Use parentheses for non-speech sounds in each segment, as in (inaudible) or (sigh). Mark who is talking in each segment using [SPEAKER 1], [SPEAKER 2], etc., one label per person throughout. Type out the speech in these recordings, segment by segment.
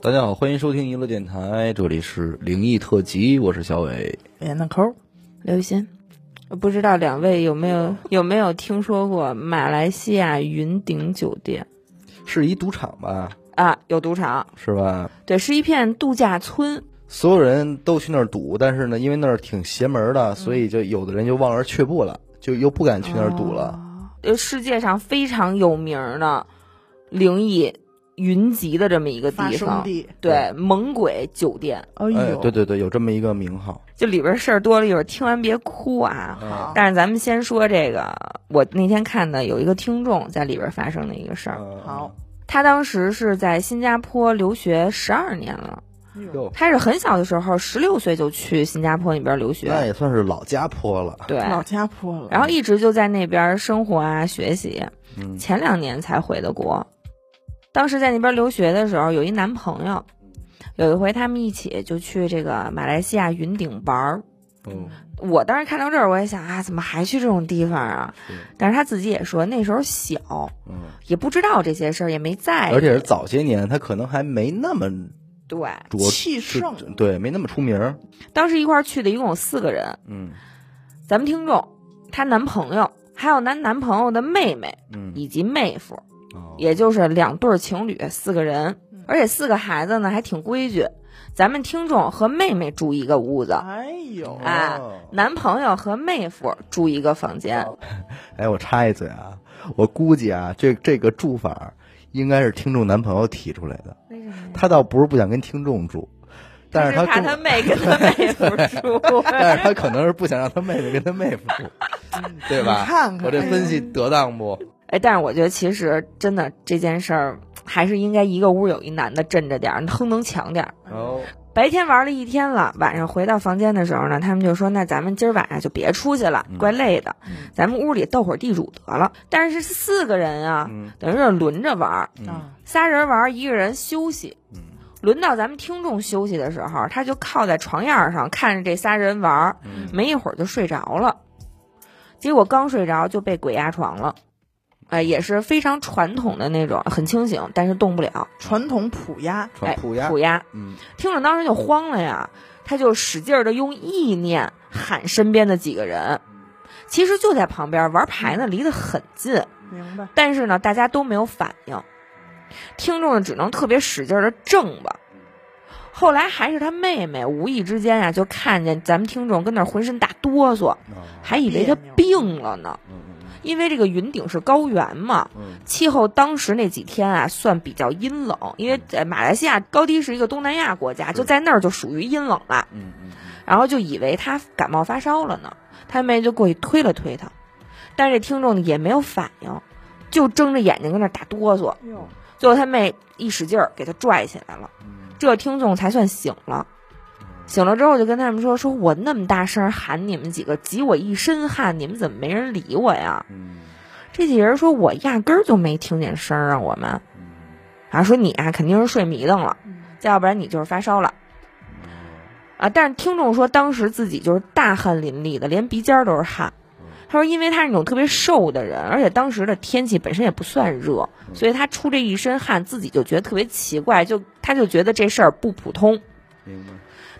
[SPEAKER 1] 大家好，欢迎收听娱乐电台，这里是灵异特辑，我是小伟。
[SPEAKER 2] 演的抠儿，
[SPEAKER 3] 刘鑫，我呃不知道两位有没有有没有听说过马来西亚云顶酒店
[SPEAKER 1] 是一赌场吧？
[SPEAKER 3] 啊？有赌场，
[SPEAKER 1] 是吧？
[SPEAKER 3] 对，是一片度假村。
[SPEAKER 1] 所有人都去那儿赌，但是呢，因为那儿挺邪门
[SPEAKER 2] 嗯
[SPEAKER 1] 的，所以就有的人就望而却步了，就又不敢去那儿赌了。
[SPEAKER 3] 呃，世界上非常有名的灵异云集的这么一个
[SPEAKER 2] 发
[SPEAKER 3] 地
[SPEAKER 2] 生
[SPEAKER 3] 方，
[SPEAKER 2] 地，
[SPEAKER 3] 对，猛鬼酒店，
[SPEAKER 2] 哎
[SPEAKER 1] 哎
[SPEAKER 2] 呦，，
[SPEAKER 1] 对对对，有这么一个名号。
[SPEAKER 3] 就里边事儿多了一会儿，听完别哭啊。
[SPEAKER 2] 好，
[SPEAKER 3] 但是咱们先说这个，我那天看的有一个听众在里边发生的一个事儿，
[SPEAKER 1] 嗯
[SPEAKER 2] 好，
[SPEAKER 3] 他当时是在新加坡留学十二年了。
[SPEAKER 2] 哎呦
[SPEAKER 1] 嗯哟，
[SPEAKER 3] 他是很小的时候，十六岁就去新加坡那边留
[SPEAKER 1] 那
[SPEAKER 3] 学，
[SPEAKER 1] 也算是老家坡了。
[SPEAKER 3] 对，
[SPEAKER 2] 老家破了，
[SPEAKER 1] 哎
[SPEAKER 3] 然后一直就在那边生活啊、学习，
[SPEAKER 1] 嗯，
[SPEAKER 3] 前两年才回的国。当时在那边留学的时候，有一男朋友，有一回他们一起就去这个马来西亚云顶玩儿。
[SPEAKER 1] 嗯，
[SPEAKER 3] 我当时看到这儿，我也想啊，怎么还去这种地方啊？
[SPEAKER 1] 是
[SPEAKER 3] 但是他自己也说那时候小，
[SPEAKER 1] 嗯，
[SPEAKER 3] 也不知道这些事儿，也没
[SPEAKER 2] 哎
[SPEAKER 3] 在意，
[SPEAKER 1] 而且是早些年，他可能还没那么
[SPEAKER 3] 对。
[SPEAKER 1] 着，
[SPEAKER 2] 气盛，
[SPEAKER 1] 就对，没那么出名儿。
[SPEAKER 3] 当时一块儿去的一共有四个人，
[SPEAKER 1] 嗯
[SPEAKER 3] 咱们听众，她男朋友，还有男男朋友的妹妹，
[SPEAKER 1] 嗯，
[SPEAKER 3] 以及妹夫，
[SPEAKER 1] 哦
[SPEAKER 3] 也就是两对儿情侣，四个人，而且四个孩子呢还挺规矩。咱们听众和妹妹住一个屋子，
[SPEAKER 2] 哎呦，
[SPEAKER 3] 哎
[SPEAKER 1] 啊
[SPEAKER 3] 男朋友和妹夫住一个房间。
[SPEAKER 1] 哎，我插一嘴啊，我估计啊，这这个住法儿应该是听众男朋友提出来的。
[SPEAKER 3] 为什么？
[SPEAKER 1] 他倒不是不想跟听众住，但是
[SPEAKER 3] 他
[SPEAKER 1] 他
[SPEAKER 3] 怕
[SPEAKER 1] 跟
[SPEAKER 3] 他妹跟他妹夫
[SPEAKER 1] (laughs)
[SPEAKER 3] 住。
[SPEAKER 1] 但是他可能是不想让他妹妹跟他妹夫住，对吧？
[SPEAKER 2] 你看看
[SPEAKER 1] 我这分析得当不？
[SPEAKER 3] 哎，但是我觉得其实真的这件事儿，还是应该一个屋有一男的镇着点儿，哼能强点儿。
[SPEAKER 1] 哦，
[SPEAKER 3] 白天玩了一天了，晚上回到房间的时候呢，他们就说：“那咱们今儿晚上就别出去了，
[SPEAKER 1] 嗯
[SPEAKER 3] 怪累的，咱们屋里斗会儿地主得了。”但是是四个人啊，
[SPEAKER 1] 嗯
[SPEAKER 3] 等于是轮着玩儿，
[SPEAKER 1] 嗯
[SPEAKER 2] 啊，
[SPEAKER 3] 仨人玩儿，一个人休息。
[SPEAKER 1] 嗯
[SPEAKER 3] 轮到咱们听众休息的时候，他就靠在床沿儿上看着这仨人玩儿，
[SPEAKER 1] 嗯
[SPEAKER 3] 没一会儿就睡着了。结果刚睡着就被鬼压床了，
[SPEAKER 1] 嗯
[SPEAKER 3] 哎、也是非常传统的那种，很清醒，但是动不了，
[SPEAKER 2] 传统普鸭，
[SPEAKER 3] 哎
[SPEAKER 1] 传普鸭，
[SPEAKER 3] 虎压。
[SPEAKER 1] 嗯，
[SPEAKER 3] 听着当时就慌了呀，他就使劲的用意念喊身边的几个人，其实就在旁边玩牌呢，离得很近，
[SPEAKER 2] 明白？
[SPEAKER 3] 但是呢，大家都没有反应，听众呢只能特别使劲的挣吧。后来还是他妹妹无意之间呀、就看见咱们听众跟那儿浑身打哆嗦，
[SPEAKER 1] 哦
[SPEAKER 3] 还以为他病了呢，
[SPEAKER 1] 嗯嗯
[SPEAKER 3] 因为这个云顶是高原嘛，
[SPEAKER 1] 嗯
[SPEAKER 3] 气候当时那几天啊，算比较阴冷，因为呃马来西亚高低是一个东南亚国家，就在那儿就属于阴冷了。
[SPEAKER 1] 嗯嗯
[SPEAKER 3] 然后就以为他感冒发烧了呢，他妹就过去推了推他，但是这听众呢也没有反应，就睁着眼睛跟那儿打哆嗦。
[SPEAKER 2] 哎呦，
[SPEAKER 3] 最后他妹一使劲儿给他拽起来了，
[SPEAKER 1] 嗯
[SPEAKER 3] 这听众才算醒了。醒了之后就跟他们说：“说我那么大声喊你们几个，挤我一身汗，你们怎么没人理我呀？”
[SPEAKER 1] 嗯
[SPEAKER 3] 这几人说：“我压根儿就没听见声儿啊，我们。”啊，说你啊肯定是睡迷瞪了，再要不然你就是发烧了啊。但是听众说当时自己就是大汗淋漓的，连鼻尖儿都是汗。他说，因为他是那种特别瘦的人，而且当时的天气本身也不算热，所以他出这一身汗，自己就觉得特别奇怪，就他就觉得这事儿不普通。
[SPEAKER 1] 明白。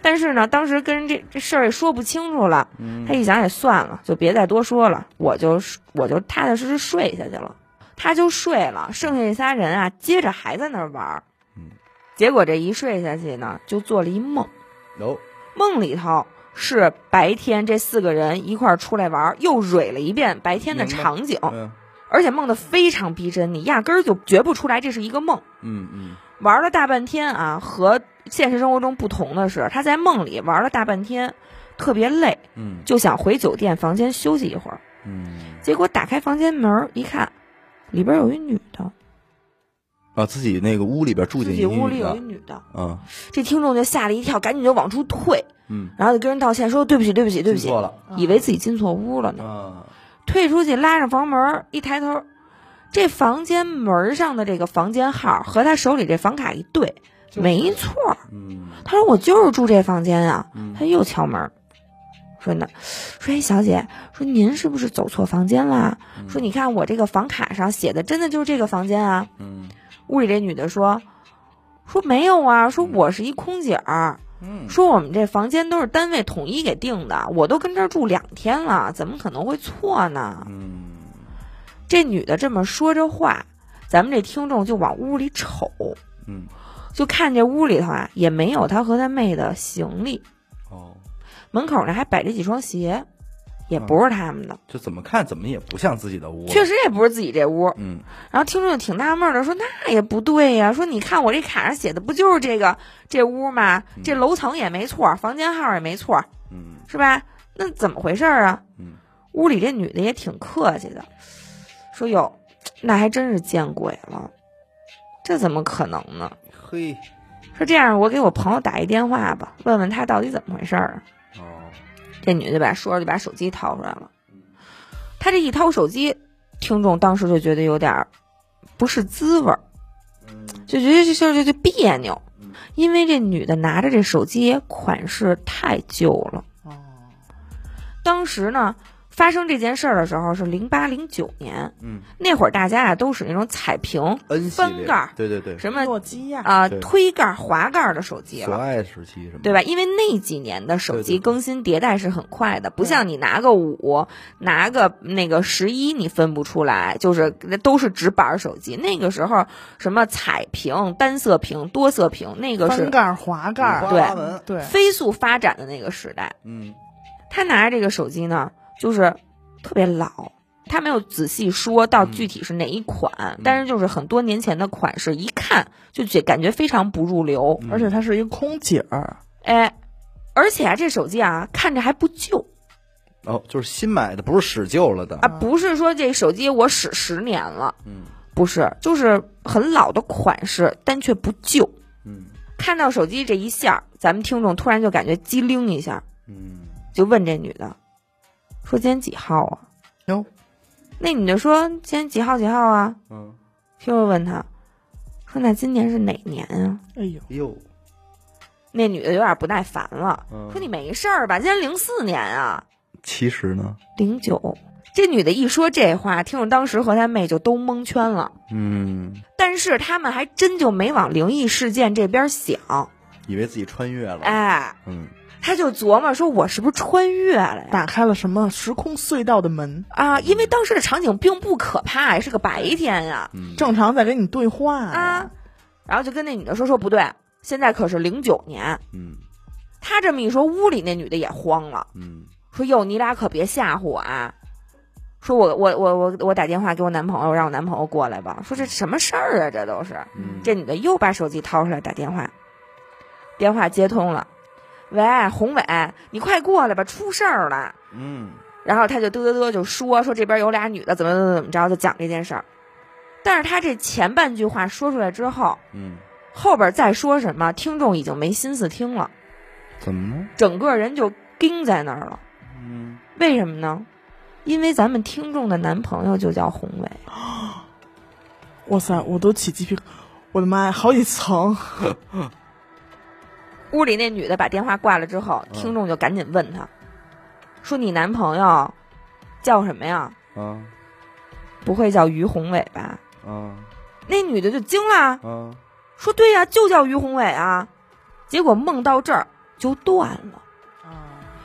[SPEAKER 3] 但是呢，当时跟人这这事儿也说不清楚了，
[SPEAKER 1] 嗯
[SPEAKER 3] 他一想也算了，就别再多说了，我就我就踏踏实实睡下去了。他就睡了，剩下这仨人啊，接着还在那儿玩儿
[SPEAKER 1] 嗯。
[SPEAKER 3] 结果这一睡下去呢，就做了一梦，
[SPEAKER 1] 哦，
[SPEAKER 3] 梦里头是白天这四个人一块儿出来玩儿，又蕊了一遍白天的
[SPEAKER 1] 明白
[SPEAKER 3] 场景，
[SPEAKER 1] 嗯
[SPEAKER 3] 而且梦得非常逼真，你压根儿就觉不出来这是一个梦。
[SPEAKER 1] 嗯嗯
[SPEAKER 3] 玩了大半天啊，和现实生活中不同的是，他在梦里玩了大半天，特别累，
[SPEAKER 1] 嗯
[SPEAKER 3] 就想回酒店房间休息一会儿。
[SPEAKER 1] 嗯，
[SPEAKER 3] 结果打开房间门儿一看，里边有一女的，
[SPEAKER 1] 啊，自己那个屋里边住
[SPEAKER 3] 自
[SPEAKER 1] 进
[SPEAKER 3] 己
[SPEAKER 1] 一
[SPEAKER 3] 屋
[SPEAKER 1] 个
[SPEAKER 3] 里
[SPEAKER 1] 女
[SPEAKER 3] 有一
[SPEAKER 1] 的，
[SPEAKER 3] 女的。
[SPEAKER 1] 啊，
[SPEAKER 3] 这听众就吓了一跳，赶紧就往出退，
[SPEAKER 1] 嗯，
[SPEAKER 3] 然后就跟人道歉说：“对不起，对不起，对不
[SPEAKER 1] 记
[SPEAKER 3] 起。
[SPEAKER 1] 错”了
[SPEAKER 3] 以为自己进错屋了呢。
[SPEAKER 1] 啊，
[SPEAKER 3] 退出去拉上房门儿，一抬头，这房间门儿上的这个房间号和他手里这房卡一对，
[SPEAKER 2] 就是
[SPEAKER 3] 没错儿。
[SPEAKER 1] 嗯
[SPEAKER 3] 他说我就是住这房间啊，
[SPEAKER 1] 嗯
[SPEAKER 3] 他又敲门，说呢，说哎小姐，说您是不是走错房间啦？
[SPEAKER 1] 嗯
[SPEAKER 3] 说你看我这个房卡上写的真的就是这个房间啊。
[SPEAKER 1] 嗯
[SPEAKER 3] 屋里这女的说，说没有啊，说我是一空姐儿，
[SPEAKER 1] 嗯
[SPEAKER 3] 说我们这房间都是单位统一给定的，我都跟这儿住两天了，怎么可能会错呢？
[SPEAKER 1] 嗯
[SPEAKER 3] 这女的这么说着话，咱们这听众就往屋里瞅，
[SPEAKER 1] 嗯
[SPEAKER 3] 就看这屋里头啊也没有她和她妹的行李，
[SPEAKER 1] 哦，
[SPEAKER 3] 门口呢还摆着几双鞋，也不是他们的，
[SPEAKER 1] 就怎么看怎么也不像自己的屋，
[SPEAKER 3] 确，实也不是自己这屋。
[SPEAKER 1] 嗯
[SPEAKER 3] 然后听众就挺纳闷的，说那也不对呀、说你看我这卡上写的不就是这个这屋吗？这楼层也没错，房间号也没错，
[SPEAKER 1] 嗯
[SPEAKER 3] 是吧？那怎么回事儿啊？
[SPEAKER 1] 嗯
[SPEAKER 3] 屋里这女的也挺客气的，说哟，那还真是见鬼了，这怎么可能呢？
[SPEAKER 1] 嘿
[SPEAKER 3] 说这样，我给我朋友打一电话吧，问问他到底怎么回事儿啊。
[SPEAKER 1] 哦
[SPEAKER 3] 这女的吧，说着就把手机掏出来了。她这一掏手机，听众当时就觉得有点儿不是滋味儿，就觉得这事儿就就别扭，因为这女的拿着这手机款式太旧了。
[SPEAKER 2] 哦，
[SPEAKER 3] 当时呢，发生这件事儿的时候是零八零九年，
[SPEAKER 1] 嗯
[SPEAKER 3] 那会儿大家啊都是那种彩屏、
[SPEAKER 1] ，N 系
[SPEAKER 3] 翻
[SPEAKER 1] 列
[SPEAKER 3] 盖儿，
[SPEAKER 1] 对对对，
[SPEAKER 3] 什么
[SPEAKER 2] 诺基亚，
[SPEAKER 3] 啊、
[SPEAKER 1] 对
[SPEAKER 3] 推盖儿、滑盖儿的手机
[SPEAKER 1] 索
[SPEAKER 3] 了。
[SPEAKER 1] 爱时期什么，
[SPEAKER 3] 对吧？？因为那几年的手
[SPEAKER 1] 对对
[SPEAKER 3] 机
[SPEAKER 1] 对
[SPEAKER 3] 更新迭代是很快的，不
[SPEAKER 2] 对
[SPEAKER 3] 像你拿个五、拿个那个十一，你分不出来，就是那都是直板儿手机。那个时候什么彩屏、单色屏、多色屏，那个
[SPEAKER 2] 翻
[SPEAKER 3] 是嗯
[SPEAKER 2] 盖儿、滑盖儿，
[SPEAKER 3] 对
[SPEAKER 1] 对，
[SPEAKER 2] 对，
[SPEAKER 3] 飞速发展的那个时代。
[SPEAKER 1] 嗯
[SPEAKER 3] 他拿着这个手机呢，就是特别老。他没有仔细说到具体是哪一款，但是就是很多年前的款式，一看就觉感觉非常不入流。
[SPEAKER 1] 嗯
[SPEAKER 2] 而且它是一个空姐儿，
[SPEAKER 3] 哎，而且啊，这手机啊看着还不旧。
[SPEAKER 1] 哦，就是新买的，不是使旧了的
[SPEAKER 3] 啊，，不是说这手机我使十年了，
[SPEAKER 1] 嗯
[SPEAKER 3] 不是，就是很老的款式，但却不旧。
[SPEAKER 1] 嗯
[SPEAKER 3] 看到手机这一下儿，咱们听众突然就感觉机灵一下，
[SPEAKER 1] 嗯，
[SPEAKER 3] 就问这女的，说今天几号啊？
[SPEAKER 2] 哟，
[SPEAKER 3] 那女的说今天几号几号啊？
[SPEAKER 1] 嗯，
[SPEAKER 3] 听众问她，说那今年是哪年啊？
[SPEAKER 2] 哎呦，
[SPEAKER 1] 哟，
[SPEAKER 3] 那女的有点不耐烦了，
[SPEAKER 1] 嗯
[SPEAKER 3] 说你没事儿吧？今年零四年啊，
[SPEAKER 1] 其实呢，
[SPEAKER 3] 零九。这女的一说这话，听众当时和她妹就都蒙圈了。
[SPEAKER 1] 嗯，
[SPEAKER 3] 但是他们还真就没往灵异事件这边想，
[SPEAKER 1] 以为自己穿越了，
[SPEAKER 3] 哎，
[SPEAKER 1] 嗯
[SPEAKER 3] 他就琢磨说，我是不是穿越了呀？
[SPEAKER 2] 打开了什么时空隧道的门，
[SPEAKER 3] 啊，因为当时的场景并不可怕，也是个白天呀，
[SPEAKER 1] 嗯，
[SPEAKER 2] 正常在跟你对话
[SPEAKER 3] 啊，，然后就跟那女的说说不对，现在可是零九年。
[SPEAKER 1] 嗯
[SPEAKER 3] 他这么一说，屋里那女的也慌了，
[SPEAKER 1] 嗯
[SPEAKER 3] 说哟，你俩可别吓唬我啊！说我我我我我打电话给我男朋友，让我男朋友过来吧。说这什么事儿啊？这都是。
[SPEAKER 1] 嗯，
[SPEAKER 3] 这女的又把手机掏出来打电话，电话接通了，喂，宏伟，你快过来吧，出事儿了。
[SPEAKER 1] 嗯
[SPEAKER 3] 然后他就嘚嘚嘚就说说这边有俩女的怎么怎么怎么着，就讲这件事儿。但是他这前半句话说出来之后，
[SPEAKER 1] 嗯，
[SPEAKER 3] 后边再说什么，听众已经没心思听了，
[SPEAKER 1] 怎么了？
[SPEAKER 3] 整个人就盯在那儿了。
[SPEAKER 1] 嗯，
[SPEAKER 3] 为什么呢？因为咱们听众的男朋友就叫宏伟，
[SPEAKER 2] 哇塞，我都起鸡皮，我的妈呀，好几层，
[SPEAKER 3] 屋里那女的把电话挂了之后，
[SPEAKER 1] 嗯
[SPEAKER 3] 听众就赶紧问她，说你男朋友叫什么呀？
[SPEAKER 1] 啊
[SPEAKER 3] 不会叫于宏伟吧？
[SPEAKER 1] 啊
[SPEAKER 3] 那女的就惊了，
[SPEAKER 1] 啊，
[SPEAKER 3] 说对呀、就叫于宏伟啊。结果梦到这儿就断了，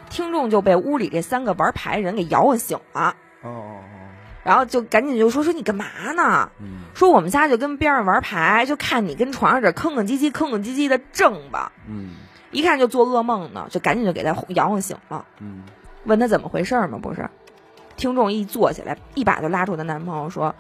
[SPEAKER 3] 听众就被屋里这三个玩牌人给摇晃醒了，
[SPEAKER 1] 哦哦哦，
[SPEAKER 3] 然后就赶紧就说说你干嘛呢？
[SPEAKER 1] 嗯
[SPEAKER 3] 说我们仨就跟边上玩牌，就看你跟床上这吭吭唧唧、吭吭唧唧的正吧，
[SPEAKER 1] 嗯
[SPEAKER 3] 一看就做噩梦呢，就赶紧就给他摇晃醒了。
[SPEAKER 1] 嗯
[SPEAKER 3] 问他怎么回事儿吗？不是，听众一坐起来，一把就拉住她男朋友说：“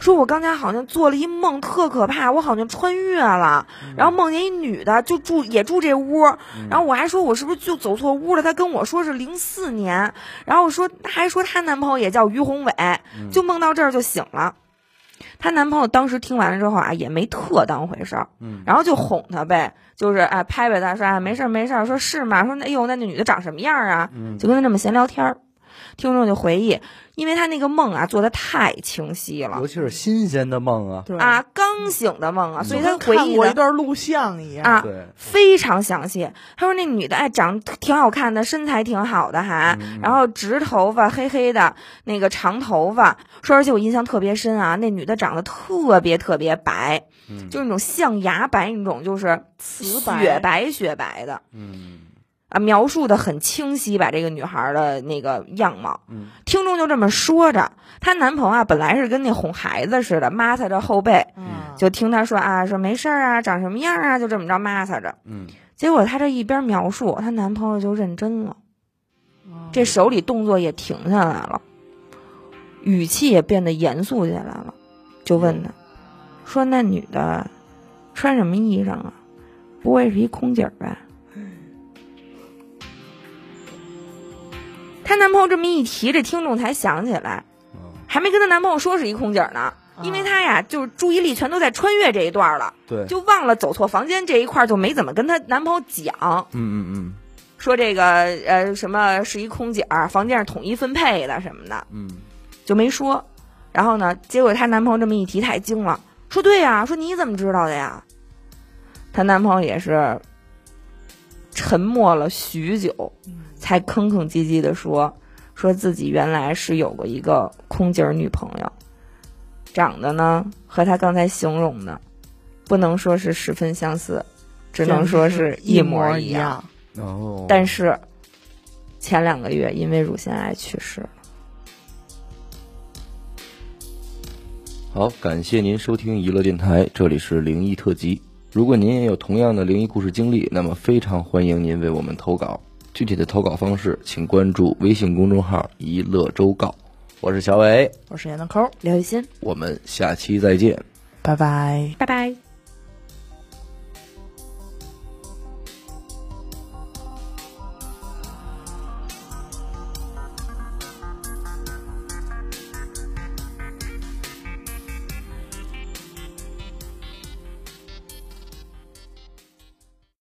[SPEAKER 3] 说我刚才好像做了一梦，特可怕，我好像穿越了，然后梦见一女的就住也住这屋，
[SPEAKER 1] 嗯
[SPEAKER 3] 然后我还说我是不是就走错屋了？她跟我说是零四年，然后我说她还说她男朋友也叫于宏伟，就梦到这儿就醒了。”她男朋友当时听完了之后啊，也没特当回事儿，
[SPEAKER 1] 嗯
[SPEAKER 3] 然后就哄她呗，就是哎拍拍她说哎没事儿没事儿，说是吗？说那哎呦那那女的长什么样啊？
[SPEAKER 1] 嗯
[SPEAKER 3] 就跟他这么闲聊天儿。听众就回忆，因为他那个梦啊做的太清晰了
[SPEAKER 1] 嗯尤其是新鲜的梦啊，
[SPEAKER 2] 对
[SPEAKER 3] 啊，，刚醒的梦啊，所以他
[SPEAKER 2] 跟
[SPEAKER 3] 回
[SPEAKER 2] 看
[SPEAKER 3] 忆
[SPEAKER 2] 过一
[SPEAKER 3] 的
[SPEAKER 2] 段录像一样。
[SPEAKER 3] 啊
[SPEAKER 1] 对，
[SPEAKER 3] 非常详细。他说那女的哎长得挺好看的，身材挺好的还，
[SPEAKER 2] 嗯
[SPEAKER 3] 然后直头发黑黑的，那个长头发。说而且我印象特别深啊，那女的长得特别特别白，
[SPEAKER 1] 嗯
[SPEAKER 3] 就是那种象牙白那种，就是
[SPEAKER 2] 瓷白
[SPEAKER 3] 雪白雪白的。
[SPEAKER 1] 嗯
[SPEAKER 3] 啊，描述的很清晰，把这个女孩的那个样貌，
[SPEAKER 1] 嗯
[SPEAKER 3] 听众就这么说着。她男朋友啊，本来是跟那哄孩子似的，抹擦着后背，
[SPEAKER 2] 嗯，
[SPEAKER 3] 就听她说啊，说没事儿啊，长什么样啊，就这么着抹擦着。
[SPEAKER 1] 嗯，
[SPEAKER 3] 结果她这一边描述，她男朋友就认真了，
[SPEAKER 2] 哦
[SPEAKER 3] 这手里动作也停下来了，语气也变得严肃起来了，就问她，说那女的穿什么衣裳啊？不会是一空姐儿吧？她男朋友这么一提，这听众才想起来，
[SPEAKER 1] 哦
[SPEAKER 3] 还没跟她男朋友说是一空姐儿呢，因为她呀，就是注意力全都在穿越这一段了，
[SPEAKER 1] 对，
[SPEAKER 3] 就忘了走错房间这一块儿，就没怎么跟她男朋友讲，
[SPEAKER 1] 嗯嗯
[SPEAKER 3] 说这个呃什么是一空姐儿，房间是统一分配的什么的，
[SPEAKER 1] 嗯嗯，
[SPEAKER 3] 就没说。然后呢，结果她男朋友这么一提，太惊了，说对呀、说你怎么知道的呀？她男朋友也是沉默了许久，才吭吭唧唧的说，说自己原来是有过一个空姐儿女朋友，长得呢和她刚才形容的，不能说是十分相似，只能说是一
[SPEAKER 2] 一
[SPEAKER 3] 模
[SPEAKER 2] 一
[SPEAKER 3] 样。
[SPEAKER 2] 样。
[SPEAKER 1] 哦，
[SPEAKER 3] 但是前两个月因为乳腺癌去世了。
[SPEAKER 1] 好，感谢您收听娱乐电台，这里是灵异特辑。如果您也有同样的灵异故事经历，那么非常欢迎您为我们投稿。具体的投稿方式，请关注微信公众号“一乐周告”。我是小伟，
[SPEAKER 2] 我是闫德抠，
[SPEAKER 3] 刘雨欣，
[SPEAKER 1] 我们下期再见。
[SPEAKER 2] 拜拜。
[SPEAKER 3] 拜拜。